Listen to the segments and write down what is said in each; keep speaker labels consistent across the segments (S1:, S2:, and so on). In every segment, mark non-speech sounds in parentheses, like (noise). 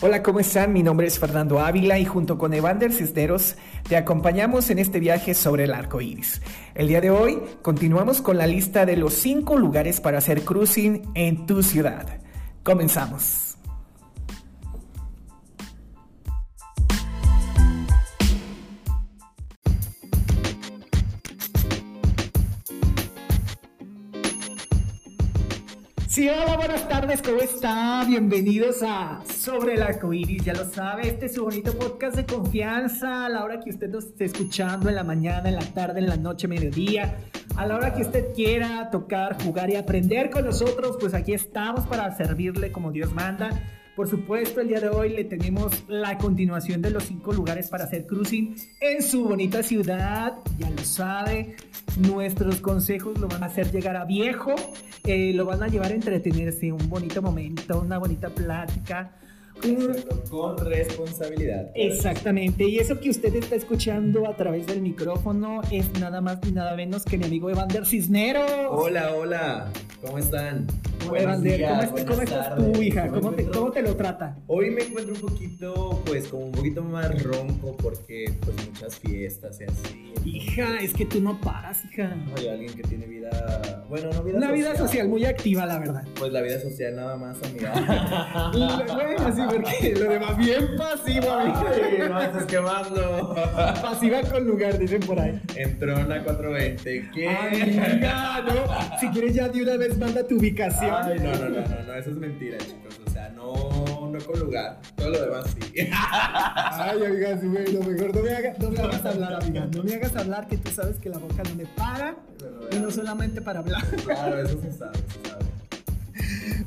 S1: Hola, ¿cómo están? Mi nombre es Fernando Ávila y junto con Evander Cisneros te acompañamos en este viaje sobre el arco iris. El día de hoy continuamos con la lista de los 5 lugares para hacer cruising en tu ciudad. Comenzamos. Sí, hola, buenas tardes, ¿cómo está? Bienvenidos a Sobre el Arco Iris, ya lo sabe, este es su bonito podcast de confianza, a la hora que usted nos esté escuchando, en la mañana, en la tarde, en la noche, mediodía, a la hora que usted quiera tocar, jugar y aprender con nosotros, pues aquí estamos para servirle como Dios manda. Por supuesto, el día de hoy le tenemos la continuación de los cinco lugares para hacer cruising en su bonita ciudad. Ya lo sabe, nuestros consejos lo van a hacer llegar a viejo, eh, lo van a llevar a entretenerse, un bonito momento, una bonita plática. un-
S2: Hacerlo Con responsabilidad.
S1: Exactamente, y eso que usted está escuchando a través del micrófono es nada más ni nada menos que mi amigo Evander Cisneros.
S2: Hola, hola. ¿Cómo están?
S1: Hola,
S2: Buenos
S1: Evander,
S2: días,
S1: ¿cómo, est-
S2: buenas
S1: cómo estás
S2: tardes.
S1: tú, hija?
S2: Yo me
S1: ¿Cómo te,
S2: encuentro-
S1: ¿Cómo te lo trata?
S2: Hoy me encuentro un poquito, pues, como un poquito más ronco porque, pues, muchas fiestas y así.
S1: Hija, es que tú no paras, hija.
S2: entonces, Hay alguien que tiene vida, bueno, no vida
S1: Una vida social muy activa, la verdad.
S2: Pues la vida social nada más,
S1: (laughs)
S2: amiga.
S1: Y lo- Bueno, sí, porque lo demás bien pasivo,
S2: (laughs)
S1: amigo.
S2: Ay, no, estás quemando.
S1: pasiva con lugar, dicen por ahí.
S2: Entrona 420. ¿Qué?
S1: Amiga, no. Si quieres ya de una vez manda tu ubicación.
S2: Ay, no, no, no, no, no, eso es mentira, chicos. O sea, no, no con lugar. Todo lo demás sí.
S1: Ay, amiga, sí, bueno, mejor no me, haga- no me hagas hablar, amiga. No me hagas hablar que tú sabes que la boca no me para. Y no solamente para hablar.
S2: Claro, eso se sabe, se sabe.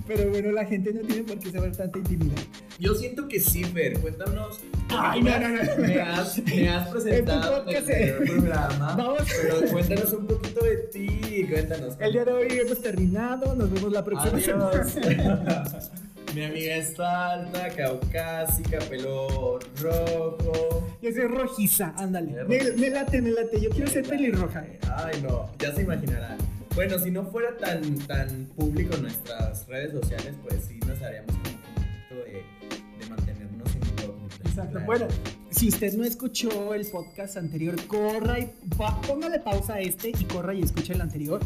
S1: Pero bueno, la gente no tiene por qué saber tanta intimidad.
S2: Yo siento que sí, Fer, cuéntanos.
S1: Ay, no, no, no.
S2: Me has, me has
S1: Este
S2: presentado en el
S1: podcast
S2: anterior
S1: es-
S2: programa.
S1: Vamos.
S2: Pero cuéntanos un poquito de ti, cuéntanos.
S1: El día de hoy hemos terminado. Nos vemos la próxima semana.
S2: Adiós. (laughs) Mi amiga está alta, caucásica, pelo rojo.
S1: Yo soy rojiza, ándale.
S2: Eres
S1: Me,
S2: rojiza.
S1: me late, me late. Yo quiero ser pelirroja.
S2: Ay, no, ya se imaginarán. Bueno, si no fuera tan, tan público nuestras redes sociales, pues sí nos haríamos como que un poquito de, de mantenernos incógnitos.
S1: Exacto.
S2: Claro.
S1: Bueno, si usted no escuchó el podcast anterior, corra y va- póngale pausa a este y corra y escuche el anterior.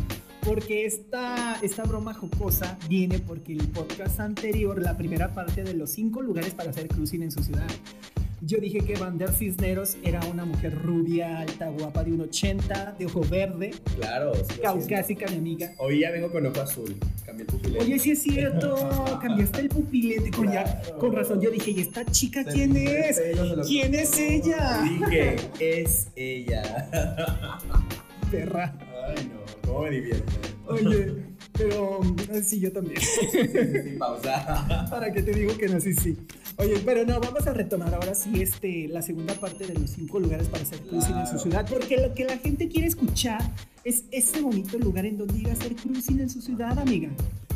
S1: Porque esta, esta broma jocosa viene porque el podcast anterior, la primera parte de los cinco lugares para hacer cruising en su ciudad. Yo dije que Vander Cisneros era una mujer rubia, alta, guapa, de un 80, de ojo verde,
S2: Claro. sí, sí.
S1: caucásica, mi amiga.
S2: Hoy ya vengo con ojo azul. Cambié el pupilete.
S1: Oye, sí es cierto, cambiaste el pupilete. Con, ya-
S2: Claro.
S1: con razón, yo dije, ¿y esta chica
S2: Se
S1: quién
S2: pintó el
S1: es?
S2: pelo, se lo
S1: ¿Quién
S2: pintó.
S1: es ella?
S2: Dije, es ella.
S1: Perra.
S2: Ay, no, cómo me divierto. (laughs)
S1: Oye, pero mm, sí, yo también. (laughs)
S2: Sin pausa. (laughs)
S1: ¿Para qué te digo que no? Sí, sí. Oye, pero no, vamos a retomar ahora sí este, la segunda parte de los cinco lugares para hacer cruising en su
S2: Claro.
S1: ciudad. Porque lo que la gente quiere escuchar es este bonito lugar en donde ir a hacer cruising en su ciudad, amiga.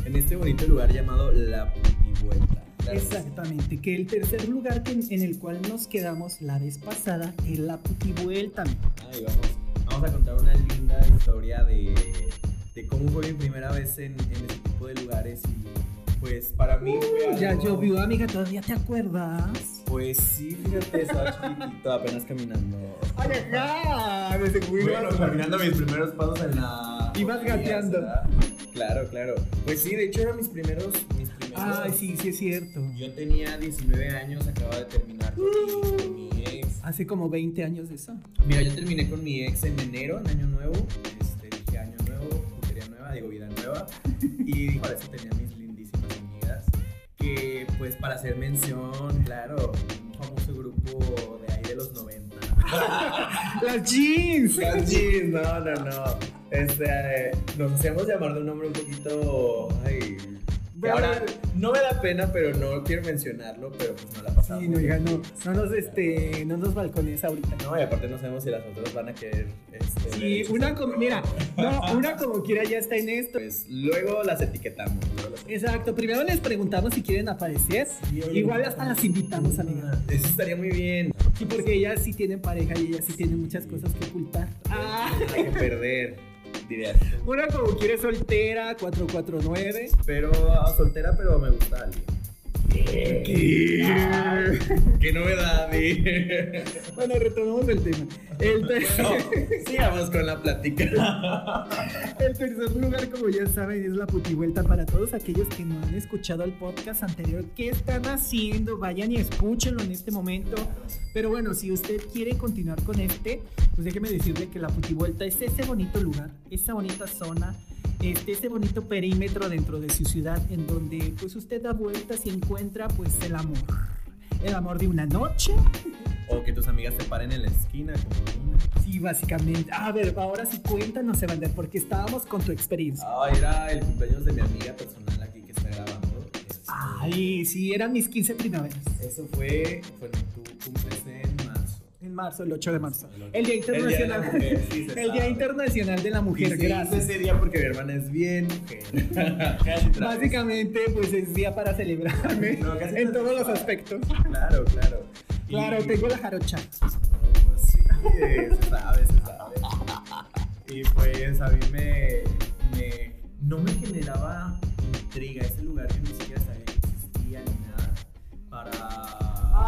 S2: En este bonito lugar llamado La Putivuelta. Claro.
S1: Exactamente, que el tercer lugar que- en el cual nos quedamos la vez pasada es la putivuelta. amigo.
S2: Ahí vamos. Vamos a contar una linda historia de, de cómo fue mi primera vez en, en este tipo de lugares y pues para mí fue
S1: Uh, ya
S2: algo-
S1: llovió, amiga, ¿todavía te acuerdas?
S2: Pues sí, fíjate, estaba chiquitito, apenas caminando.
S1: Alejá, Ah, desde
S2: Bueno, caminando mis primeros pasos en la...
S1: Ibas
S2: boquilla,
S1: gateando.
S2: ¿verdad? Claro, claro. Pues sí, de hecho eran mis primeros... Mis primeros
S1: Ay, sí, sí es cierto.
S2: Yo tenía 19 años, acababa de terminar con mi- con mi ex.
S1: Hace como 20 años de eso.
S2: Mira, yo terminé con mi ex en enero, en año nuevo. Este, dije año nuevo, putería nueva, digo vida nueva. Y para eso tenía mis lindísimas amigas. Que, pues, para hacer mención, claro, un famoso grupo de ahí de los (laughs) 90.
S1: Las jeans.
S2: Sanchis, no, no, no. Este, eh, nos hacíamos llamar de un nombre un poquito. Ay. que Ahora, no me da pena, pero no quiero mencionarlo, pero pues no la pasamos.
S1: Sí, no, hija, no, no nos, este, no nos balcones ahorita.
S2: No, y aparte no sabemos si las otras van a querer. Este,
S1: Sí,
S2: derechos
S1: una
S2: de
S1: como,
S2: autor.
S1: mira, no, una como quiera ya está en esto.
S2: Pues luego las etiquetamos. luego las
S1: Exacto, primero les preguntamos si quieren aparecer.
S2: etiquetamos.
S1: Igual hasta las invitamos, amiga.
S2: Eso estaría muy bien.
S1: Ah, Sí, porque ellas sí tienen pareja y ellas sí tienen muchas cosas que ocultar. Ah,
S2: Nada que perder, dirías.
S1: una como quiere soltera, 449.
S2: Pero ah, soltera, pero me gusta alguien. ¿Qué? ¿Qué novedad? eh?
S1: Ah. Bueno, retomamos el tema. El, ter-
S2: Bueno,
S1: (laughs)
S2: sigamos con la plática.
S1: el tercer lugar, como ya saben, es la putivuelta para todos aquellos que no han escuchado el podcast anterior. ¿Qué están haciendo? Vayan y escúchenlo en este momento. Pero bueno, si usted quiere continuar con este, pues déjeme decirle que la putivuelta es ese bonito lugar, esa bonita zona. Este, ese bonito perímetro dentro de su ciudad en donde pues usted da vueltas y encuentra pues el amor. El amor de una noche,
S2: O que tus amigas te paren en la esquina como una.
S1: Sí, básicamente. A ver, ahora sí cuéntanos, Evander, porque estábamos con tu experiencia.
S2: Ah, era el cumpleaños de mi amiga personal aquí que está grabando. Este,
S1: Ay, sí, eran mis 15 primaveras.
S2: Eso fue, fue tu cumples en marzo.
S1: En marzo, el 8 de marzo.
S2: El ocho.
S1: El Día
S2: El Día de la
S1: Internacional.
S2: Mujer, sí, se
S1: El Día
S2: sabe.
S1: Internacional de la
S2: Y
S1: Mujer,
S2: se hizo
S1: gracias.
S2: ese día porque mi hermana es bien mujer. (laughs) Casi transexual.
S1: Básicamente, pues es día para celebrarme
S2: No, casi
S1: en todos los
S2: transexual.
S1: aspectos.
S2: Claro, claro. Y-
S1: Claro, tengo la jarocha.
S2: Pues sí, se sabe, se sabe. Y pues a mí me, me- No me generaba intriga ese lugar que ni siquiera sabía que existía ni nada. Para.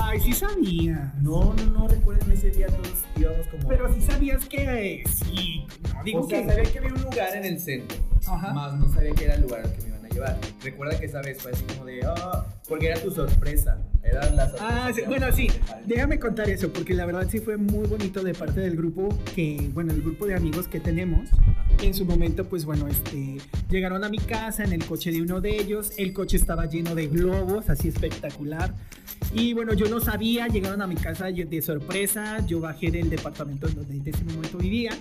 S1: Ay, sí sabía.
S2: No, no, no, recuerden ese día todos íbamos como.
S1: Pero sí sabías que eh, sí. No digo
S2: o sea,
S1: que.
S2: sabía que había un lugar en el centro,
S1: Ajá.
S2: más no sabía que era el lugar al que me iban a llevar. Recuerda que esa vez fue así como de, ah, porque era tu sorpresa, era la sorpresa.
S1: Ah, sí,
S2: que
S1: bueno,
S2: íbamos a
S1: sí,
S2: dejar.
S1: déjame contar eso, porque la verdad sí fue muy bonito de parte del grupo, que, bueno, el grupo de amigos que tenemos, en su momento, pues bueno, este, llegaron a mi casa en el coche de uno de ellos, el coche estaba lleno de globos, así espectacular, y bueno, yo no sabía, llegaron a mi casa yo- de sorpresa, yo bajé del departamento en donde en ese momento vivía,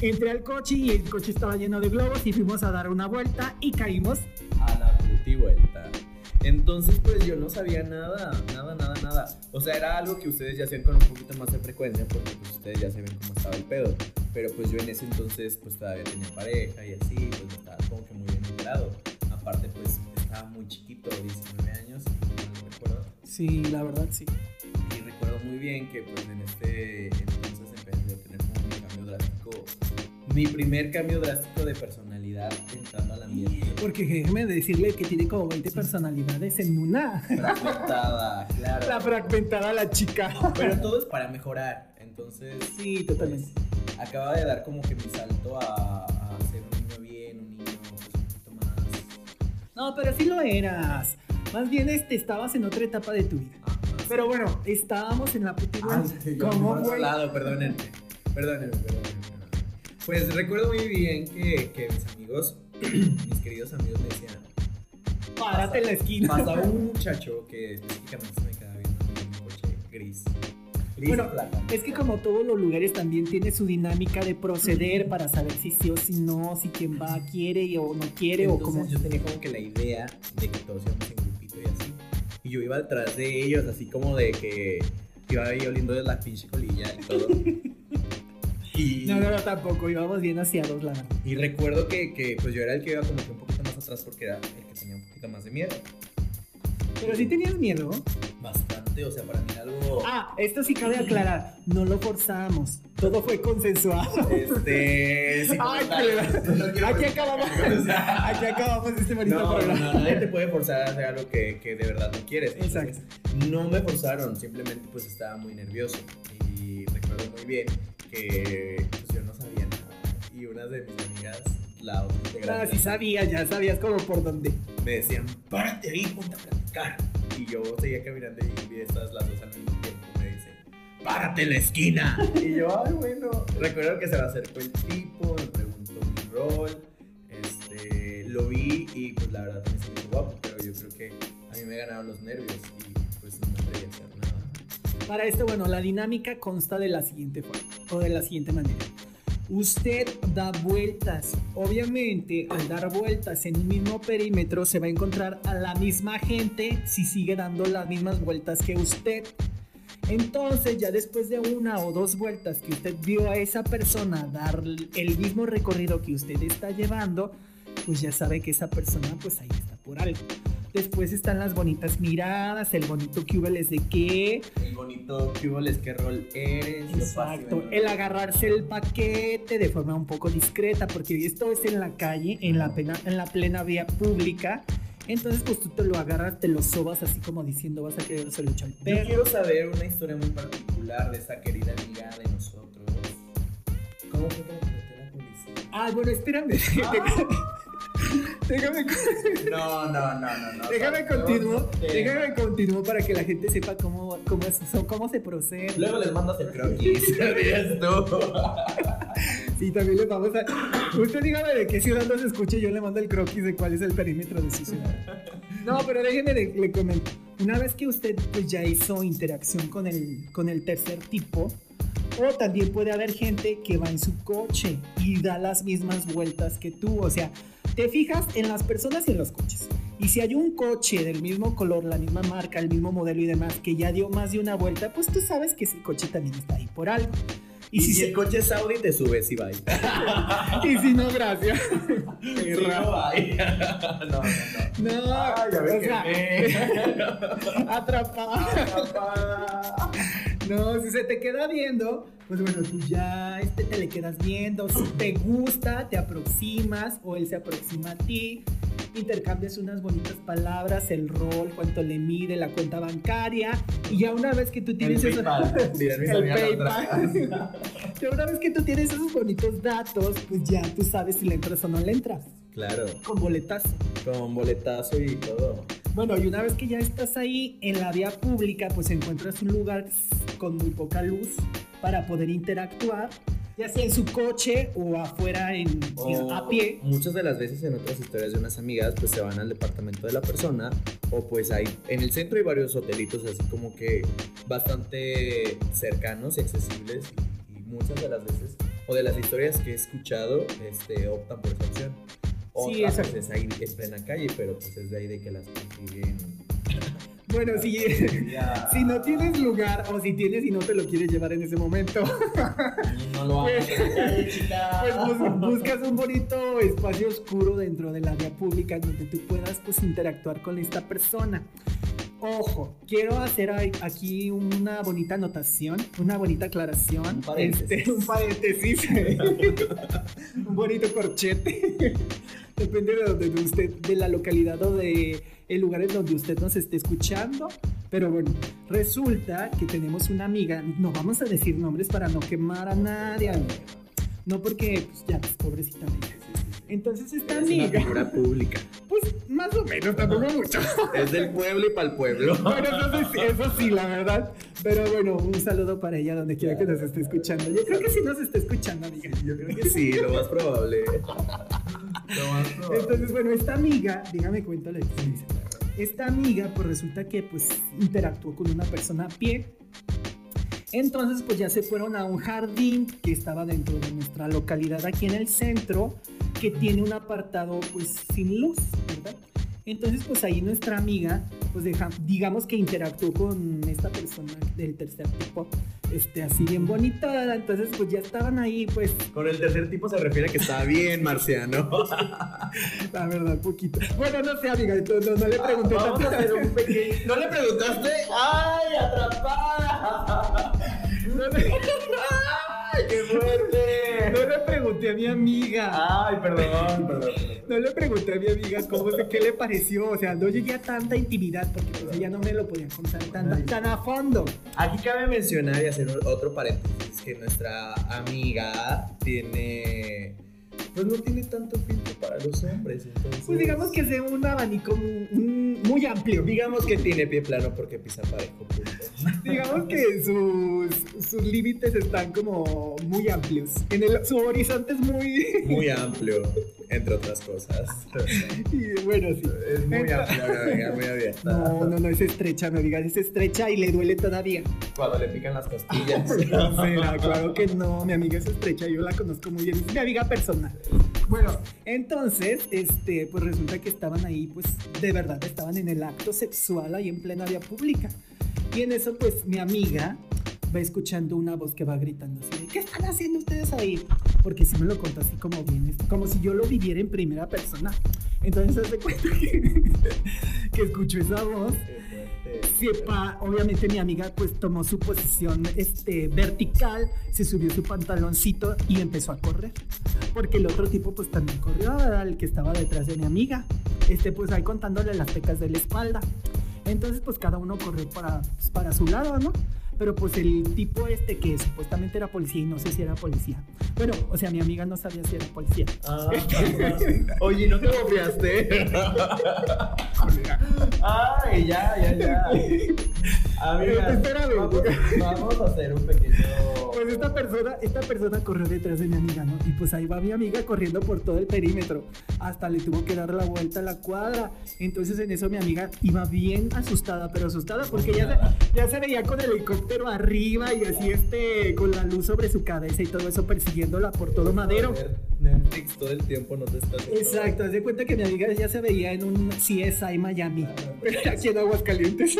S1: entré al coche y el coche estaba lleno de globos y fuimos a dar una vuelta y caímos
S2: a la puti vuelta. Entonces, pues yo no sabía nada, nada, nada, nada. O sea, era algo que ustedes ya hacían con un poquito más de frecuencia, porque pues, ustedes ya se ven cómo estaba el pedo. Pero pues yo en ese entonces, pues todavía tenía pareja y así, pues no estaba como que muy bien enterado. Aparte, pues estaba muy chiquito, 19 años, no lo recuerdo.
S1: Sí, la verdad sí.
S2: Y recuerdo muy bien que pues en este entonces empecé a tener como mi cambio drástico, mi primer cambio drástico de personalidad entrando al ambiente.
S1: Porque déjeme decirle que tiene como 20 personalidades en una. (laughs)
S2: Fragmentada, claro.
S1: La fragmentada la chica.
S2: Pero todo es para mejorar. Entonces,
S1: Sí,
S2: pues,
S1: totalmente.
S2: acaba de dar como que mi salto a, a ser un niño bien, un niño pues, un poquito más.
S1: No, pero sí lo eras. Más bien este, estabas en otra etapa de tu vida.
S2: ah, más-
S1: Pero bueno, estábamos en la puta igual.
S2: Ay, yo
S1: ¿Cómo
S2: me he
S1: fue?
S2: hablado, Perdónenme, perdónenme, perdónenme, perdónenme. Pues recuerdo muy bien que, que mis amigos, (clears throat) mis queridos amigos me decían,
S1: Párate en la esquina.
S2: pasaba un muchacho que específicamente se me quedaba viendo a mí en un coche gris. Gris
S1: Bueno,
S2: y plata.
S1: Es que como todos los lugares también tiene su dinámica de proceder para saber si sí o si no, si quien va quiere y- o no quiere o
S2: Entonces,
S1: como...
S2: yo tenía como que la idea de que todos íbamos en grupito y así. Y yo iba detrás de ellos, así como de que iba ahí oliendo de la pinche colilla y
S1: (laughs)
S2: todo. y,
S1: No, no, no, tampoco, íbamos bien hacia dos lados.
S2: y recuerdo que, que, pues yo era el que iba como que un poquito más atrás porque era el que tenía un poquito más de miedo.
S1: Pero sí tenías miedo.
S2: Bastante, o sea, para mí era algo.
S1: Ah, esto sí cabe aclarar, no lo forzamos, todo fue consensuado.
S2: Este. sin
S1: (laughs) Ay,
S2: comentarios.
S1: culera.
S2: No quiero-
S1: Aquí acabamos,
S2: (laughs) O sea,
S1: aquí acabamos este bonito
S2: No, no,
S1: programa.
S2: no, nadie te puede forzar a hacer algo que, que de verdad no quieres.
S1: Exacto.
S2: No me forzaron, simplemente pues estaba muy nervioso. Y recuerdo muy bien que pues, yo no sabía nada. Y una de mis amigas, la otra
S1: Ah,
S2: integrante,
S1: sí sabías, ya sabías como por dónde.
S2: me decían, párate ahí, ponte a platicar. Y yo seguía caminando y vi estas las dos al mismo tiempo. Me dice, párate en la esquina.
S1: (laughs)
S2: y yo, ay, bueno. Recuerdo que se me acercó el tipo, me preguntó mi rol. Este, lo vi y pues la verdad también se me hizo guapo, pero yo creo que a mí me ganaron los nervios y pues no me atreví a hacer nada.
S1: Para esto, bueno, la dinámica consta de la siguiente forma, o de la siguiente manera. Usted da vueltas. Obviamente, al dar vueltas en un mismo perímetro, se va a encontrar a la misma gente si sigue dando las mismas vueltas que usted. Entonces, ya después de una o dos vueltas que usted vio a esa persona dar el mismo recorrido que usted está llevando, pues ya sabe que esa persona, pues ahí está por algo. Después están las bonitas miradas, el bonito cubeles de qué,
S2: El bonito, ¿qué hubo, les, qué rol eres? Yo fácil,
S1: Exacto,
S2: ¿no?
S1: el agarrarse el paquete de forma un poco discreta, porque esto es en la calle, en la, pena- en la plena vía pública, Entonces, pues tú te lo agarras, te lo sobas así como diciendo, vas a querer se lo echa al
S2: Yo
S1: perro.
S2: quiero saber una historia muy particular de esa querida amiga de nosotros. ¿Cómo fue que la contrató la policía?
S1: Ah, bueno, espérame. (laughs) Déjame,
S2: No, no, no, no. no
S1: déjame
S2: Perdón,
S1: continuo,
S2: tema.
S1: déjame continuo para que la gente sepa cómo, cómo, es- cómo se procede.
S2: Luego les mandas el (laughs) croquis. ¿Sabías tú?
S1: Sí, también les vamos a. Usted dígame de qué ciudad nos escucha y yo le mando el croquis de cuál es el perímetro de su ciudad. No, pero déjeme de- le comento. Una vez que usted pues, ya hizo interacción con el, con el tercer tipo, o también puede haber gente que va en su coche y da las mismas vueltas que tú. O sea, te fijas en las personas y en los coches. Y si hay un coche del mismo color, la misma marca, el mismo modelo y demás, que ya dio más de una vuelta, pues tú sabes que ese coche también está ahí por algo.
S2: Y si,
S1: se-
S2: el coche es Audi, te subes y (laughs) bye.
S1: y si no, gracias.
S2: Sí, no, bye. (laughs) No, no, no.
S1: No,
S2: Ay, ya ves
S1: o
S2: que
S1: sea,
S2: (laughs)
S1: atrapado.
S2: Papá.
S1: (laughs) No, si se te queda viendo, pues bueno, tú ya este te le quedas viendo. Si te gusta, te aproximas o él se aproxima a ti. Intercambias unas bonitas palabras, el rol, cuánto le mide, la cuenta bancaria. Y ya una vez que tú
S2: El
S1: tienes esos-
S2: PayPal.
S1: (laughs)
S2: dirán mis
S1: el
S2: amigas las
S1: PayPal. (laughs)
S2: otras.
S1: ya una vez que tú tienes esos bonitos datos, pues ya tú sabes si le entras o no le entras.
S2: (laughs) Claro,
S1: Con boletazo.
S2: con boletazo y todo.
S1: Bueno, y una vez que ya estás ahí en la vía pública, pues encuentras un lugar con muy poca luz para poder interactuar, ya sea en su coche o afuera en,
S2: O
S1: a pie.
S2: Muchas de las veces en otras historias de unas amigas, pues se van al departamento de la persona o pues hay en el centro hay varios hotelitos así como que bastante cercanos y accesibles y, y muchas de las veces o de las historias que he escuchado este, optan por esa opción.
S1: Sí,
S2: Otras
S1: exacto.
S2: pues, es ahí es plena calle, pero pues es de ahí de que las consiguen.
S1: Bueno, si,
S2: Ya.
S1: si no tienes lugar o si tienes y no te lo quieres llevar en ese momento,
S2: no lo hagas.
S1: pues bus- buscas un bonito espacio oscuro dentro del área pública en donde tú puedas pues interactuar con esta persona. Ojo, quiero hacer ahí- aquí una bonita anotación, una bonita aclaración,
S2: Un paréntesis.
S1: este, un paréntesis, un bonito corchete. Depende de donde de usted, de la localidad o de el lugar en donde usted nos esté escuchando. Pero bueno, resulta que tenemos una amiga, no vamos a decir nombres para no quemar a nadie, amiga. no porque pues, ya, pues, pobrecita amiga. Entonces esta
S2: Es una
S1: amiga,
S2: figura pública.
S1: pues más o menos, tampoco
S2: (laughs)
S1: mucho.
S2: Es del pueblo y para el pueblo.
S1: Bueno, eso sí, eso sí, la verdad. Pero bueno, un saludo para ella donde quiera que nos esté escuchando. Yo creo que sí nos está escuchando, amiga.
S2: Yo
S1: (laughs)
S2: creo que sí, lo más probable. Lo más probable.
S1: Entonces, bueno, esta amiga, dígame cuento la experiencia. Esta amiga, pues resulta que pues interactuó con una persona a pie. Entonces, pues ya se fueron a un jardín que estaba dentro de nuestra localidad aquí en el centro, que tiene un apartado pues sin luz, ¿verdad? Entonces, pues ahí nuestra amiga, pues deja- digamos que interactuó con esta persona del tercer tipo, este, así bien bonita. Entonces, pues ya estaban ahí, pues
S2: Con el tercer tipo se refiere a que está bien, Marciano.
S1: La verdad, poquito. Bueno, no sé, amiga, no, no, no le pregunté
S2: Ah, Vamos a
S1: tanto.
S2: hacer un pequeño. ¿No le preguntaste? ¡Ay, atrapada!
S1: No le,
S2: (laughs) ¡Ay, qué fuerte!
S1: no le pregunté a mi amiga.
S2: ¡Ay, perdón, perdón!
S1: No le pregunté a mi amiga cómo, se- qué le pareció. O sea, no llegué a tanta intimidad porque pues, ella no me lo podía contar tan, tan a fondo. Pues,
S2: Aquí cabe mencionar y hacer un- otro paréntesis que nuestra amiga tiene. Pues no tiene tanto filtro para los hombres, entonces.
S1: Pues digamos que es de un abanico muy, muy amplio.
S2: Digamos que tiene pie plano porque pisa parejo. punto.
S1: Digamos que sus, sus límites están como muy amplios. En el, su horizonte es muy... (laughs)
S2: Muy amplio, entre otras cosas.
S1: y bueno, sí.
S2: Es muy amplio, amiga, muy abierta.
S1: No, no, no, es estrecha, mi amiga. Es estrecha y le duele todavía.
S2: Cuando le pican las costillas.
S1: No será, claro que no, mi amiga es estrecha, yo la conozco muy bien, es mi amiga personal. Bueno, entonces, este, pues resulta que estaban ahí, pues de verdad estaban en el acto sexual ahí en plena vía pública. Y en eso, pues mi amiga va escuchando una voz que va gritando así, de, ¿qué están haciendo ustedes ahí? Porque si me lo contó así como bien, es como si yo lo viviera en primera persona. Entonces, se cuenta que, (laughs) que escucho esa voz Sepa, obviamente mi amiga pues tomó su posición este, vertical, se subió su pantaloncito y empezó a correr. porque el otro tipo pues también corrió, ¿verdad? El que estaba detrás de mi amiga, este pues ahí contándole las pecas de la espalda. Entonces pues cada uno corrió para, pues, para su lado, ¿no? Pero pues el tipo este que supuestamente era policía y no sé si era policía. Bueno, o sea, mi amiga no sabía si era policía.
S3: Ah, Oye, ¿no te
S1: (laughs)
S3: bofeaste? Ay, ya, ya, ya.
S2: Ah,
S3: Amiga,
S1: Espérame.
S3: vamos, vamos a hacer un pequeño...
S1: Pues esta persona, esta persona corrió detrás de mi amiga, ¿no? Y pues ahí va mi amiga corriendo por todo el perímetro. Hasta le tuvo que dar la vuelta a la cuadra. Entonces en eso mi amiga iba bien asustada, pero asustada porque
S2: Ah,
S1: ya se, ya se veía con el helicóptero arriba y así este, con la luz sobre su cabeza y todo eso persiguiéndola por todo madero.
S3: Netflix todo el tiempo no te estás...
S1: Exacto, haz de cuenta que mi amiga ya se veía en un CSI Miami, (laughs)
S3: Claro.
S1: pero aquí en Aguascalientes.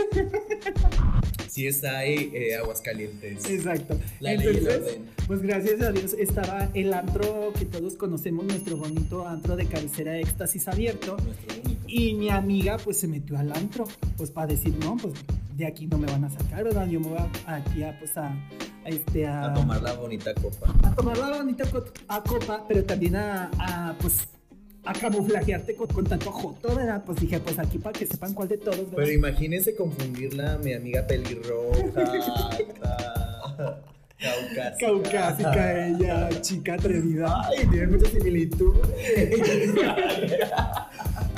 S2: Sí está ahí eh, Aguascalientes.
S1: Exacto.
S3: La ley y el orden.
S1: pues gracias a Dios estaba el antro que todos conocemos, nuestro bonito antro de cabecera éxtasis abierto.
S3: Nuestro único.
S1: Y mi amiga pues se metió al antro, pues para decir, no, pues de aquí no me van a sacar, ¿verdad? Yo me voy a- aquí a, pues a, a, este, a,
S2: A tomar la bonita copa.
S1: a tomar la bonita co- a copa, pero también a, a, pues a camuflajearte con, con tanto joto, ¿verdad? Pues dije, pues aquí para que sepan cuál de todos, ¿verdad?
S2: Pero imagínense confundirla, mi amiga pelirroja, alta, caucásica.
S1: Caucásica ella, chica atrevida.
S2: Ay, tiene mucha similitud.
S1: (laughs)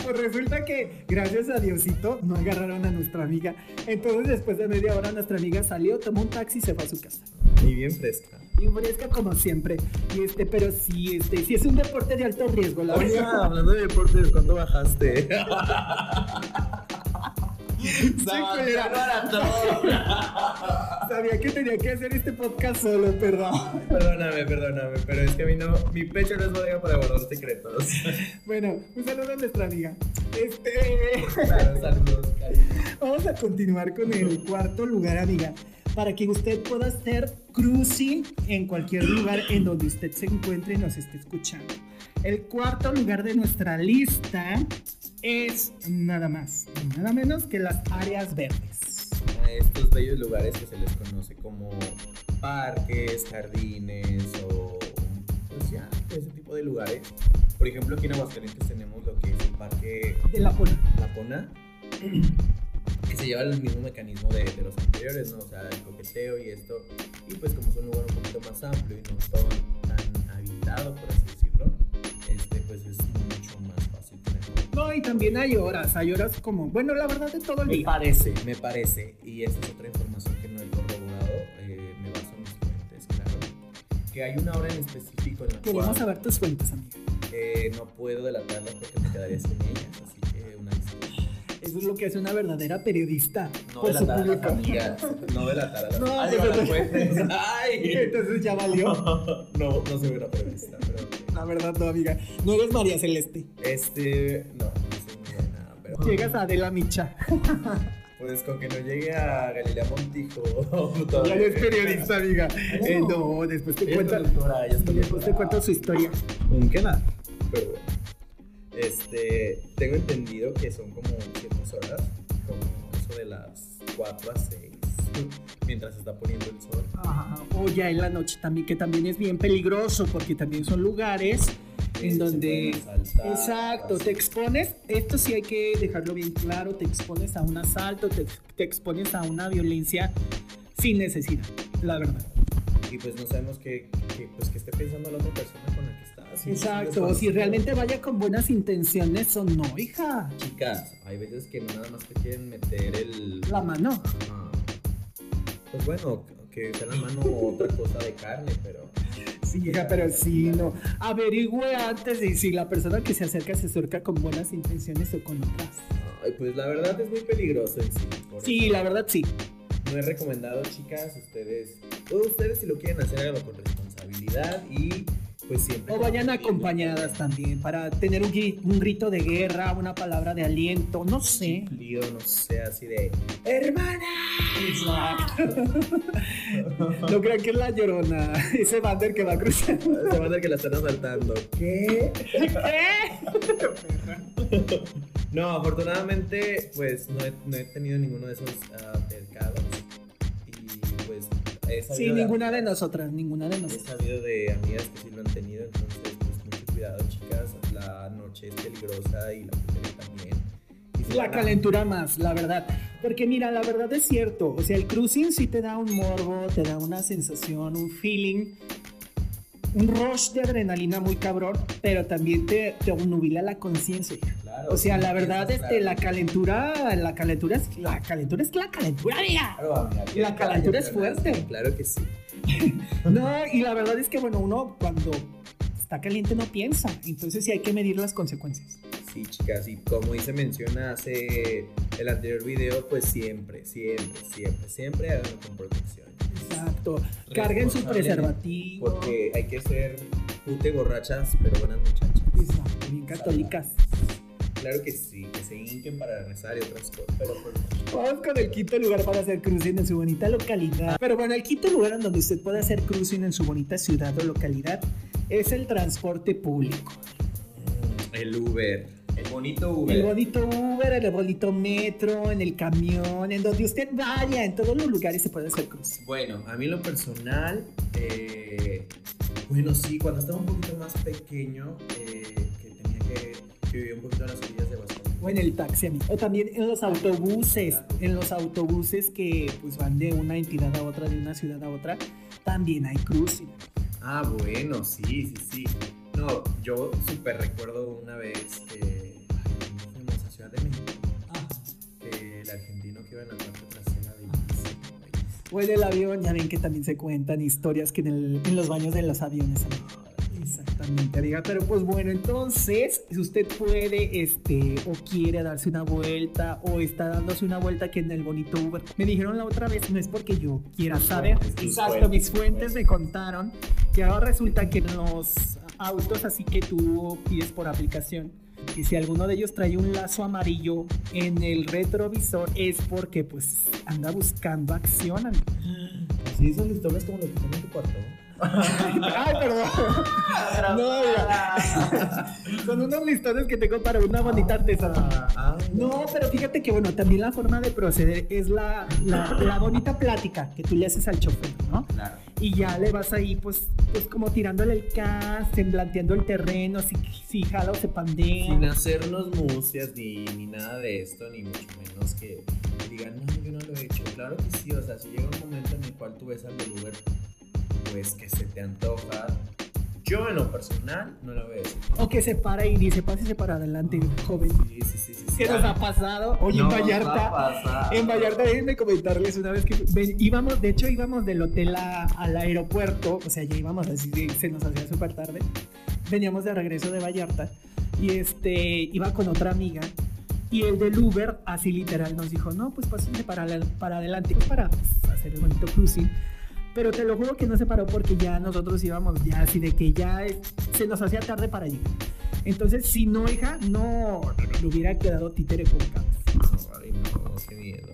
S1: Pues resulta que, gracias a Diosito, no agarraron a nuestra amiga. Entonces, después de media hora, nuestra amiga salió, tomó un taxi y se fue a su casa.
S2: Y bien fresca.
S1: Bien fresca como siempre. Y este, pero sí, este, sí es un deporte de alto riesgo, la
S2: Oye,
S1: verdad.
S2: hablando de deportes, ¿cuándo bajaste?
S1: culera. Sabía que tenía que hacer este podcast solo, perdón.
S2: Perdóname, perdóname, pero es que a mí no, mi pecho no es bodega para guardar secretos.
S1: Bueno, un saludo a nuestra amiga. Este,
S2: Claro, saludos, cariño.
S1: vamos a continuar con el cuarto lugar, amiga. Para que usted pueda hacer cruising en cualquier lugar en donde usted se encuentre y nos esté escuchando. El cuarto lugar de nuestra lista es nada más, y nada menos que las áreas verdes.
S2: A eh, estos bellos lugares que se les conoce como parques, jardines o pues ya, ese tipo de lugares. Por ejemplo, aquí en Aguascalientes tenemos lo que es el parque
S1: De la pol-
S2: la pona (clears throat) que se lleva el mismo mecanismo de, de los anteriores, ¿no? O sea, el coqueteo y esto. Y pues como es un lugar un poquito más amplio y no tan, tan habitado, por así decirlo, este, pues es mucho más fácil tenerlo.
S1: No, y también hay horas, hay horas como, bueno, la verdad de todo el
S2: Me
S1: día.
S2: parece, me parece. Y esa es otra información que no he corroborado, eh, me baso en mis fuentes, claro. Que hay una hora en específico en la
S1: Queremos
S2: cual
S1: saber tus fuentes, amiga.
S2: eh, no puedo delatarlas porque me quedaría sin ellas, así que una disculpa.
S1: Eso es lo que hace una verdadera periodista
S2: No
S1: por su
S2: delatar a las
S1: público.
S2: amigas. No delatar a las
S1: No,
S2: Ay,
S1: no,
S2: ahora
S1: no.
S2: pues.
S1: (laughs)
S2: Ay.
S1: (laughs) Entonces ya valió.
S2: No, no soy una periodista, pero.
S1: La verdad, no, amiga. No eres María Celeste.
S2: Este. No, no soy muy buena, pero.
S1: Llegas a Adela Micha.
S2: Pues con que no llegue a Galilea Montijo. (laughs)
S1: Ya eres periodista, amiga. Eh, no, después te
S2: Ella es
S1: cuento.
S2: conductora, ella es
S1: Después te
S2: conductora.
S1: cuento su historia.
S2: Un qué nada. Pero bueno. Este. Tengo entendido que son como ciertas horas. Como eso de las 4 a 6. Mientras se está poniendo el sol.
S1: Ajá. O ya en la noche también, que también es bien peligroso porque también son lugares
S2: eh, se
S1: en donde...
S2: pueden asaltar,
S1: Exacto,
S2: así.
S1: te expones, esto sí hay que dejarlo bien claro, te expones a un asalto, te, te expones a una violencia sin necesidad, la verdad.
S2: y pues no sabemos que, que, pues, que esté pensando la otra persona con la que está. Si-
S1: Exacto, o
S2: si
S1: si realmente vaya con buenas intenciones o no, hija.
S2: Chicas, hay veces que nada más te quieren meter el...
S1: La mano.
S2: Ajá. Pues bueno, que sea la mano o otra cosa de carne, pero...
S1: Sí, hija, pero sí, no. Averigüe antes de si la persona que se acerca se acerca con buenas intenciones o con otras.
S2: Ay, pues la verdad es muy peligroso en sí. por
S1: Sí,
S2: eso
S1: la verdad sí.
S2: No es recomendado, chicas, ustedes... o Ustedes si lo quieren hacer, háganlo con responsabilidad y pues siempre...
S1: O vayan acompañadas también para tener un, gui- un grito de guerra, una palabra de aliento, no sé.
S2: Lío, no sé, así de... ¡Hermana!
S1: (laughs) No crean que es la llorona, (laughs) ese bander que va a cruzar. (laughs)
S2: Se van a ver que la están asaltando. ¿Qué?
S1: ¿Qué?
S2: No, afortunadamente, pues no he, no he tenido ninguno de esos ah, mercados. Y pues he sabido
S1: Sí, ninguna de nosotras, ninguna de
S2: He
S1: nosotras.
S2: sabido de amigas que sí lo han tenido, entonces, pues mucho cuidado, chicas. La noche es peligrosa y la mujer también. Y si
S1: La
S2: van a-
S1: calentura más, la verdad. Porque mira, la verdad es cierto. O sea, el cruising sí te da un morbo, te da una sensación, un feeling, un rush de adrenalina muy cabrón, pero también te, te obnubila la conciencia.
S2: Claro,
S1: O sea,
S2: sí,
S1: la verdad,
S2: piensas,
S1: este, la
S2: claro.
S1: calentura, la calentura es la calentura es la calentura, mira.
S2: Claro, amiga,
S1: Y la calentura es
S2: claro,
S1: fuerte.
S2: Claro que sí.
S1: No, y la verdad es que bueno, uno cuando está caliente no piensa, entonces sí hay que medir las consecuencias.
S2: Sí, chicas, y como hice menciona hace el anterior video, pues siempre, siempre, siempre, siempre háganlo con protección.
S1: Exacto. Carguen sus
S2: Responsable,
S1: preservativos.
S2: Porque hay que ser pute borrachas, pero buenas muchachas.
S1: Exacto, bien católicas.
S2: Claro que sí, que se hinquen para rezar y otras cosas, pero pues, por
S1: Vamos con el quinto lugar para hacer cruising en su bonita localidad. Pero bueno, el quinto lugar en donde usted puede hacer cruising en su bonita ciudad o localidad es el transporte público.
S2: mm, El Uber. El bonito Uber.
S1: El bonito Uber, el bonito metro, en el camión, en donde usted vaya, en todos los lugares se puede hacer cruising.
S2: Bueno, a mí en lo personal, eh, bueno, sí, cuando estaba un poquito más pequeño, eh, que tenía que, que vivir un poquito a las orillas de Guasave.
S1: O en el taxi, amigo. O también en los autobuses, en los autobuses que pues van de una entidad a otra, de una ciudad a otra, también hay cruising.
S2: Ah, bueno, sí, sí, sí. No, yo súper recuerdo una vez que ay, fuimos a Ciudad de México,
S1: Ah,
S2: que el argentino que iba en la parte trasera de
S1: O en el avión, ya ven que también se cuentan historias que en, el- en los baños de los aviones. amigo. Exactamente, amiga. Pero pues bueno, entonces, si usted puede, este, o quiere darse una vuelta, o está dándose una vuelta que en el bonito Uber. Me dijeron la otra vez, no es porque yo quiera saber.
S2: fuentes, tus
S1: Exacto,
S2: fuentes,
S1: mis
S2: tus
S1: fuentes me
S2: fuentes.
S1: contaron que ahora resulta que en los autos, así que tú pides por aplicación. Y si alguno de ellos trae un lazo amarillo en el retrovisor es porque pues anda buscando acción. amigo.
S2: Así son historias como lo que tengo en tu cuarto.
S1: Ay, perdón.
S2: Ah, (laughs)
S1: No, mira. Son unos listones que tengo para una bonita artesanía.
S2: Ah,
S1: No, pero fíjate que bueno, también la forma de proceder es la, la, la bonita plática que tú le haces al chofer, ¿no?
S2: Claro.
S1: Y ya le vas ahí, pues, pues como tirándole el cas, semblanteando el terreno, si, si jala o se pandea.
S2: Sin hacernos mucias ni, ni nada de esto, ni mucho menos que digan, no, yo no lo he hecho. Claro que sí, o sea, si llega un momento en el cual tú ves al del Uber, pues que se te antoja. Yo en lo personal no lo veo.
S1: O que se para y dice, pásese para adelante, joven.
S2: Sí, sí, sí, sí. sí.
S1: ¿Qué nos ha pasado? Oye,
S2: No
S1: en
S2: nos ha
S1: Vallarta.
S2: pasado.
S1: En Vallarta, déjenme comentarles una vez que ven, íbamos, de hecho íbamos del hotel a- al aeropuerto, o sea, ya íbamos así, de- se nos hacía súper tarde. Veníamos de regreso de Vallarta y este, iba con otra amiga y el del Uber así literal nos dijo, no, pues pásense para, la- para adelante, pues, para pues, hacer el bonito cruising. Pero te lo juro que no se paró porque ya nosotros íbamos ya así de que ya eh, se nos hacía tarde para llegar. Entonces, si no, hija, no, le hubiera quedado títere con cabeza.
S2: Ay, no, qué miedo.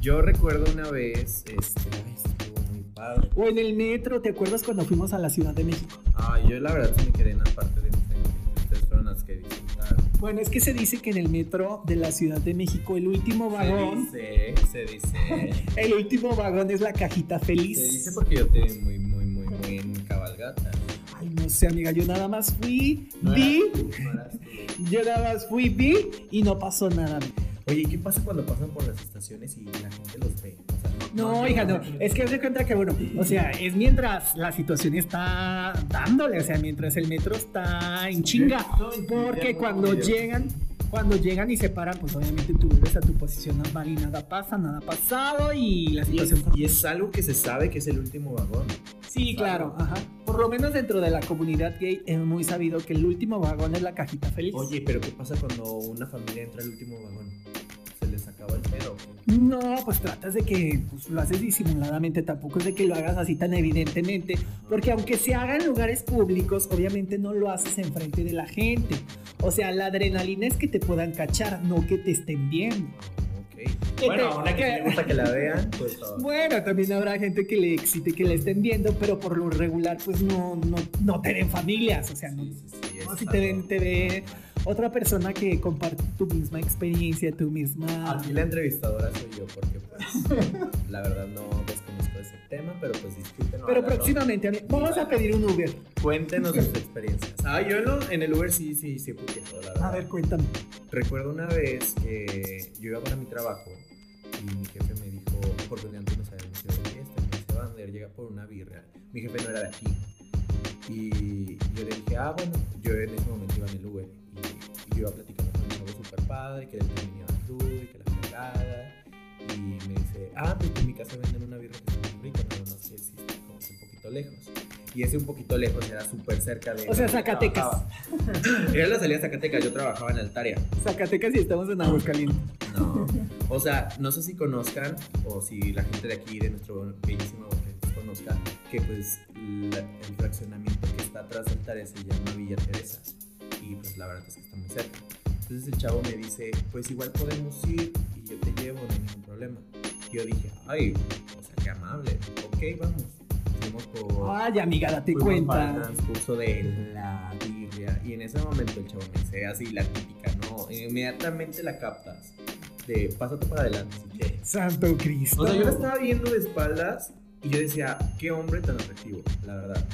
S2: Yo recuerdo una vez, este, ay, estuvo muy padre.
S1: O en el metro, ¿te acuerdas cuando fuimos a la Ciudad de México?
S2: Ay, yo la verdad sí me quedé en las partes de enfrente. Ustedes fueron las que disfrutaron.
S1: Bueno, es que se dice que en el metro de la Ciudad de México, el último vagón,
S2: Se dice, se dice.
S1: el último vagón es la cajita feliz.
S2: Se dice porque yo te vi muy, muy, muy, muy en cabalgata.
S1: Ay, no sé, amiga, yo nada más fui,
S2: No
S1: vi,
S2: eras tú, no eras tú.
S1: yo nada más fui, vi y no pasó nada.
S2: Oye, ¿qué pasa cuando pasan por las estaciones y la gente los ve? O sea,
S1: No, hija, no. Es que se cuenta que, bueno, o sea, es mientras la situación está dándole, o sea, mientras el metro está en chinga. Porque cuando llegan, cuando llegan y se paran, pues obviamente tú vuelves a tu posición normal y nada pasa, nada ha pasado y la
S2: Y es,
S1: situación.
S2: y es algo que se sabe que es el último vagón.
S1: Sí, claro, ajá. Por lo menos dentro de la comunidad gay es muy sabido que el último vagón es la cajita feliz.
S2: Oye, pero ¿qué pasa cuando una familia entra al último vagón? ¿Se les acaba el pelo?
S1: No, pues tratas de que pues, lo haces disimuladamente, tampoco es de que lo hagas así tan evidentemente. Porque aunque se haga en lugares públicos, obviamente no lo haces enfrente de la gente. O sea, la adrenalina es que te puedan cachar, no que te estén viendo.
S2: Ok.
S1: ¿Qué
S2: Bueno,
S1: te-
S2: a una que
S1: qué?
S2: sí le gusta que la vean, pues todo.
S1: Bueno, también habrá gente que le excite que la estén viendo, pero por lo regular, pues no, no, no te ven familias. O sea, no,
S2: Sí, sí, sí,
S1: no,
S2: es
S1: si te ven,
S2: algo.
S1: te ve otra persona que comparte tu misma experiencia, tu misma.
S2: Ah,
S1: (laughs)
S2: Aquí la entrevistadora soy yo, porque pues, la verdad no desconozco todo ese tema, pero pues disfrútenlo.
S1: Pero
S2: háganlo.
S1: próximamente, ami- vamos a pedir un Uber.
S2: Cuéntenos sus experiencias. Ah, yo no- en el Uber sí, sí, sí, porque la verdad.
S1: A ver, cuéntame.
S2: Recuerdo una vez que yo iba para mi trabajo y mi jefe me dijo, porque antes nos habíamos ido de fiesta, me dice, Vander, llega por una birra. Mi jefe no era de aquí. Y yo le dije, ah, bueno, yo en ese momento iba en el Uber y, y yo iba platicando con un chavo súper padre, que él terminaba crudo y que la fregada. Y me dice, ah, pues que en mi casa venden una birra que está muy rica, nada más que sí, está como que un poquito lejos. Y ese un poquito lejos era súper cerca de...
S1: O sea,
S2: donde
S1: Zacatecas.
S2: trabajaba. (laughs) Era la salida de Zacatecas, yo trabajaba en Altaria.
S1: Zacatecas y estamos en Aguascalientes.
S2: No. O sea, no sé si conozcan o si la gente de aquí, de nuestro bellísimo Aguascalientes, conozca que pues la- el fraccionamiento que está atrás del Tarea se llama Villa Teresa. Y pues la verdad es que está muy cerca. Entonces el chavo me dice, pues igual podemos ir y yo te llevo, no hay ningún problema. Y yo dije, ay, o sea, qué amable. Ok, vamos. Fuimos por...
S1: Ay, amiga, date
S2: Fuimos Pues para el
S1: cuenta.
S2: transcurso de la birria. Y en ese momento el chavo me dice así, la típica, ¿no? Inmediatamente la captas. De pásate para adelante si quieres.
S1: Santo Cristo.
S2: O sea, yo la estaba viendo de espaldas y yo decía, qué hombre tan atractivo, la verdad.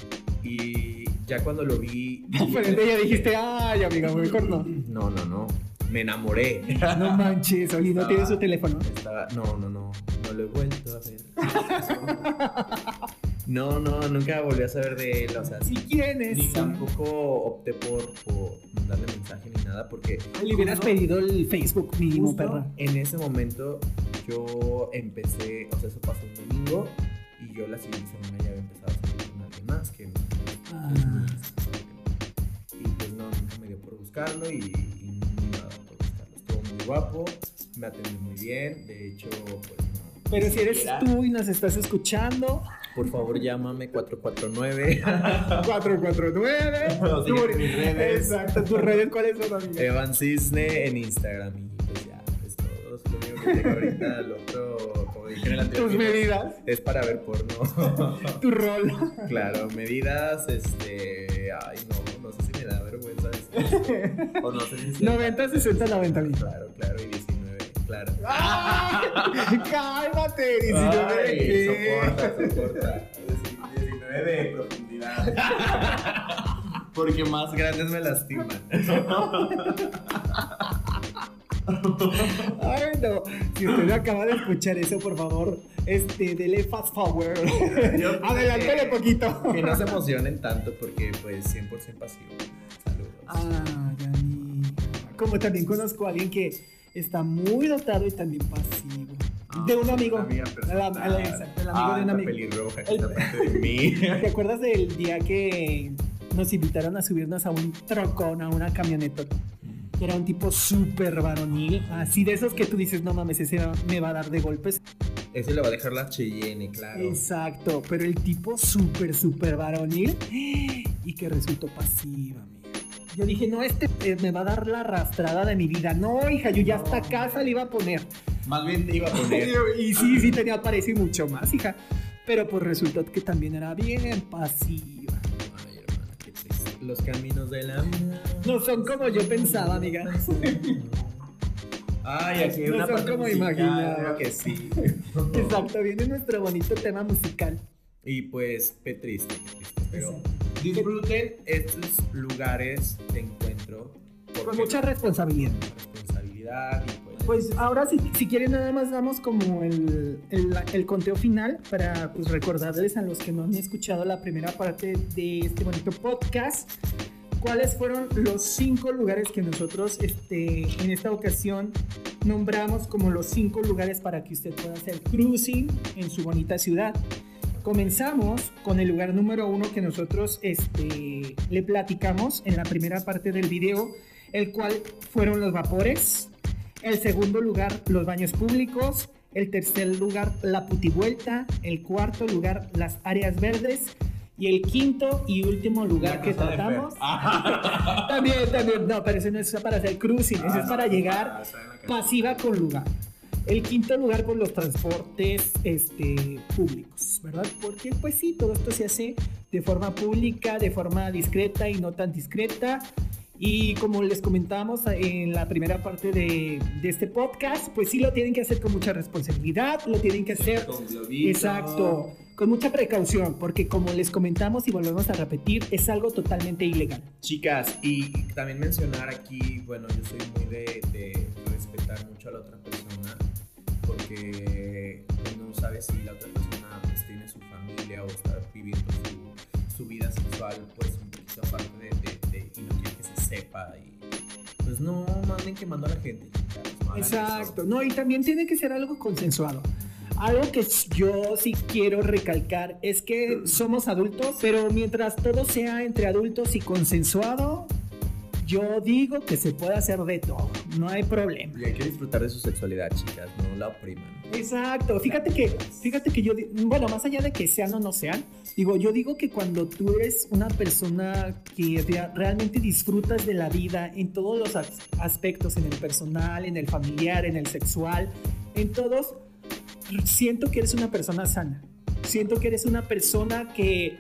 S2: Y ya cuando lo vi.
S1: De frente ya dijiste, ay, amiga, mejor no.
S2: No, no, no. Me enamoré. (laughs)
S1: No manches, oye, ¿no
S2: Estaba-
S1: tienes su teléfono?
S2: Estaba- no, no, no, no lo he vuelto a ver. No, no, nunca volví a saber de él, o sea,
S1: ¿Y
S2: sí
S1: quién es?
S2: Ni tampoco opté por, por mandarle mensaje ni nada, porque
S1: Le hubieras
S2: justo-
S1: pedido el Facebook mínimo,
S2: justo
S1: perra.
S2: en ese momento yo empecé, o sea, eso pasó un domingo y yo la siguiente semana ya había empezado a salir con alguien más que
S1: Ah.
S2: y pues no, nunca me dio por buscarlo y, y ni nada por buscarlo. Estuvo muy guapo, me atendió muy bien, de hecho, pues no.
S1: Pero
S2: ni
S1: si eres
S2: siquiera-
S1: tú y nos estás escuchando,
S2: (laughs) Por favor, llámame 449.
S1: (laughs)
S2: (laughs)
S1: 449.
S3: Bueno, sígueme en mis redes.
S1: Exacto, tus redes, ¿cuáles son, amiga?
S2: Evan Cisne en Instagram y pues ya, es todo. Es lo único que tengo ahorita, lo otro, como dije en el anterior
S1: tus
S2: video,
S1: medidas,
S2: es para ver porno. (laughs)
S1: tu rol. (laughs)
S2: claro, medidas, este, ay no, no sé si me da vergüenza decir esto, o no sé si sea-
S1: 90, 60, 90
S2: (laughs)
S1: mil.
S2: Claro, claro, y 19, claro.
S1: ¡Ay! ¡Cálmate! 19 de
S2: Ay,
S1: qué.
S2: soporta, soporta.
S3: 19 de profundidad.
S2: (laughs) Porque más grandes me lastiman.
S1: Ay, no. Si usted acaba de escuchar eso, por favor, este, dele fast forward. (laughs) Adelántale poquito.
S2: Que no se emocionen tanto porque pues 100% pasivo. Saludos.
S1: Ah, Ay, amigo. Como también conozco a alguien que está muy dotado y también pasivo. de un amigo.
S2: Ah, Una amiga
S1: La-
S2: personal.
S1: la- exacto, el amigo de
S2: Ah,
S1: un
S2: esta
S1: amigo.
S2: pelirroja que
S1: El-
S2: está frente de
S1: (laughs)
S2: mí.
S1: ¿Te acuerdas del día que nos invitaron a subirnos a un trocón, a una camioneta? Que era un tipo súper varonil, así de esos que tú dices, no mames, ese va- me va a dar de golpes.
S2: Ese le va a dejar la Cheyenne, claro.
S1: Exacto, pero el tipo súper, súper varonil y que resultó pasiva, amiga. Yo dije, no, este eh, me va a dar la arrastrada de mi vida. No, hija, yo ya
S3: No,
S1: hasta casa
S3: hombre.
S1: le iba a poner.
S3: Más bien te iba a poner.
S1: Y sí, sí tenía parece y mucho más, hija. Pero pues resultó que también era bien pasiva.
S2: Ay, hermana, qué triste. Los caminos del amor.
S1: No son como yo pensaba, amiga.
S2: Ay, aquí hay
S1: No
S2: una
S1: son
S2: parte
S1: como
S2: musical,
S1: imaginaba.
S2: creo que sí.
S1: Exacto, viene nuestro bonito tema musical.
S2: Y pues, qué triste, qué triste. Pero
S1: Exacto.
S2: disfruten estos lugares de encuentro.
S1: Con
S2: porque-
S1: mucha responsabilidad.
S2: mucha responsabilidad y pues...
S1: Pues ahora si, si quieren nada más damos como el, el- el conteo final para pues, recordarles a los que no han escuchado la primera parte de este bonito podcast cuáles fueron los cinco lugares que nosotros este, en esta ocasión nombramos como los cinco lugares para que usted pueda hacer cruising en su bonita ciudad. Comenzamos con el lugar número uno que nosotros este, le platicamos en la primera parte del video, el cual fueron los vapores. El segundo lugar, los baños públicos. El tercer lugar, la putivuelta. El cuarto lugar, las áreas verdes. Y el quinto y último lugar
S3: La
S1: que
S3: casa de Fer.
S2: (laughs)
S1: tratamos.
S3: Ah,
S1: También, también. No, pero ese no es para hacer cruising, ese es
S3: Ah, no,
S1: para
S3: no,
S1: llegar
S3: no,
S2: Ah,
S3: está en la casa.
S1: pasiva con lugar. El quinto lugar por los transportes este, públicos, ¿verdad? Porque pues sí, todo esto se hace de forma pública, de forma discreta y no tan discreta. Y como les comentamos en la primera parte de, de este podcast, pues sí lo tienen que hacer con mucha responsabilidad, lo tienen que hacer
S2: Con globito.
S1: Exacto. Con mucha precaución, porque como les comentamos y volvemos a repetir, es algo totalmente ilegal.
S2: Chicas, y también mencionar aquí, bueno, yo soy muy de, de respetar mucho a la otra persona, porque no sabes si la otra persona pues, tiene su familia o está viviendo su, su vida sexual, pues un poquito aparte de, de- de- y no quiere que se sepa. Y, pues no manden quemando a la gente, chicas. no hagan eso.
S1: Exacto. No, y también tiene que ser algo consensuado. Algo que s- yo sí quiero recalcar es que somos adultos, pero mientras todo sea entre adultos y consensuado, yo digo que se puede hacer de todo, no hay problema.
S2: Y hay que disfrutar de su sexualidad, chicas, no la opriman.
S1: Exacto, fíjate que, fíjate que yo, di- bueno, más allá de que sean o no sean, digo, yo digo que cuando tú eres una persona que rea- realmente disfrutas de la vida en todos los as- aspectos, en el personal, en el familiar, en el sexual, en todos, siento que eres una persona sana, siento que eres una persona que,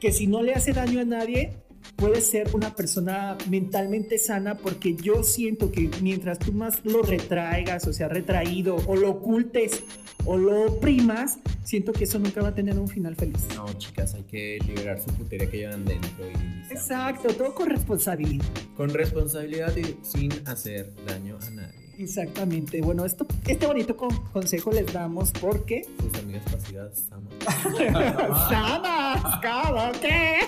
S1: que si no le hace daño a nadie, puedes ser una persona mentalmente sana porque yo siento que mientras tú más lo retraigas, o sea, retraído, o lo ocultes, o lo oprimas, siento que eso nunca va a tener un final feliz.
S2: No, chicas, hay que liberar su putería que llevan dentro. Y
S1: Exacto, todo con responsabilidad.
S2: Con responsabilidad y sin hacer daño a nadie.
S1: Exactamente. Bueno, esto, este bonito con- consejo les damos porque... (laughs)
S2: Sus amigas pasivas aman.
S1: ¡Samas! ¿Cómo qué?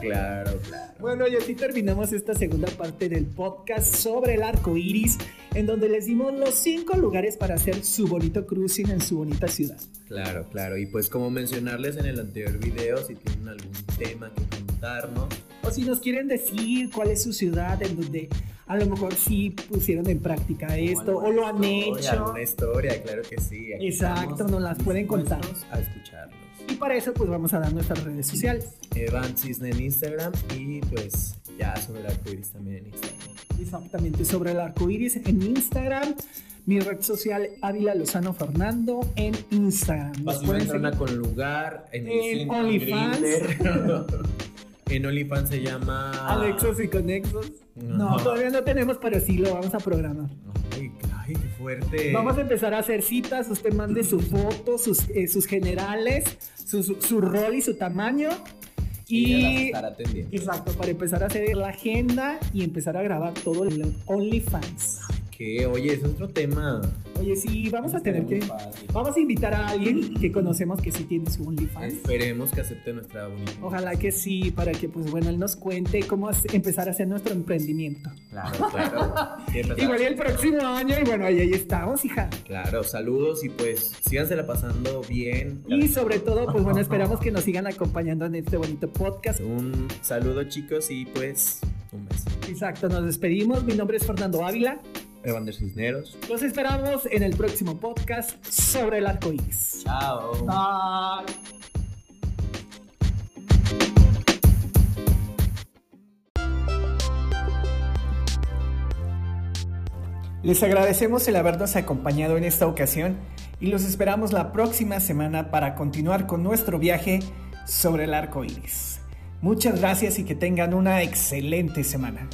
S2: claro, claro.
S1: Bueno, y así terminamos esta segunda parte del podcast sobre el arco iris, en donde les dimos los cinco lugares para hacer su bonito cruising en su bonita ciudad.
S2: Claro, claro. Y pues como mencionarles en el anterior video, si tienen algún tema que contarnos,
S1: O si nos quieren decir cuál es su ciudad en donde a lo mejor sí pusieron en práctica esto o lo han hecho.
S2: Una historia, claro que sí. aquí
S1: Exacto,
S2: estamos
S1: nos las pueden contar.
S2: dispuestos A escucharlos.
S1: Y para eso pues vamos a dar nuestras redes sociales.
S2: Evan Cisne en Instagram y pues ya sobre el arcoiris también en Instagram.
S1: Exactamente, sobre el arco iris en Instagram. Mi red social Ávila Lozano Fernando en Instagram. Nos
S2: Vas a
S1: pueden
S2: encontrar una
S1: seguir.
S2: con lugar en el
S1: En
S2: centro,
S1: OnlyFans.
S2: Grindr. (laughs) en OnlyFans se llama
S1: Alexos y Conexos. No,
S2: No.
S1: todavía no tenemos, pero sí lo vamos a programar.
S2: Ay, ay, qué fuerte.
S1: Vamos a empezar a hacer citas. Usted mande su foto, sus, eh, sus generales, su, su, su rol y su tamaño.
S2: y ya las
S1: Y.
S2: estará atendiendo.
S1: Exacto, para empezar a hacer la agenda y empezar a grabar todo el OnlyFans.
S2: Que oye, es otro tema. Este
S1: Oye, sí, vamos a tener que.
S2: Muy padre.
S1: Vamos a invitar a alguien que conocemos que sí tiene su OnlyFans.
S2: Esperemos que acepte nuestra bonita.
S1: Ojalá que sí, para que, pues bueno, él nos cuente cómo hace- empezar a hacer nuestro emprendimiento.
S2: Claro,
S1: (laughs)
S2: claro. Tienes razón.
S1: Igual y el próximo año, y bueno, ahí, ahí estamos, hija.
S2: Claro, saludos y pues sígansela pasando bien.
S1: Y sobre todo, pues bueno, esperamos que nos sigan acompañando en este bonito podcast.
S2: Un saludo chicos y pues un beso.
S1: Exacto, nos despedimos. Mi nombre es Fernando Ávila.
S2: Evander Cisneros.
S1: Los esperamos en el próximo podcast sobre el arco iris.
S2: Chao.
S1: Bye. Les agradecemos el habernos acompañado en esta ocasión y los esperamos la próxima semana para continuar con nuestro viaje sobre el arco iris. Muchas gracias y que tengan una excelente semana.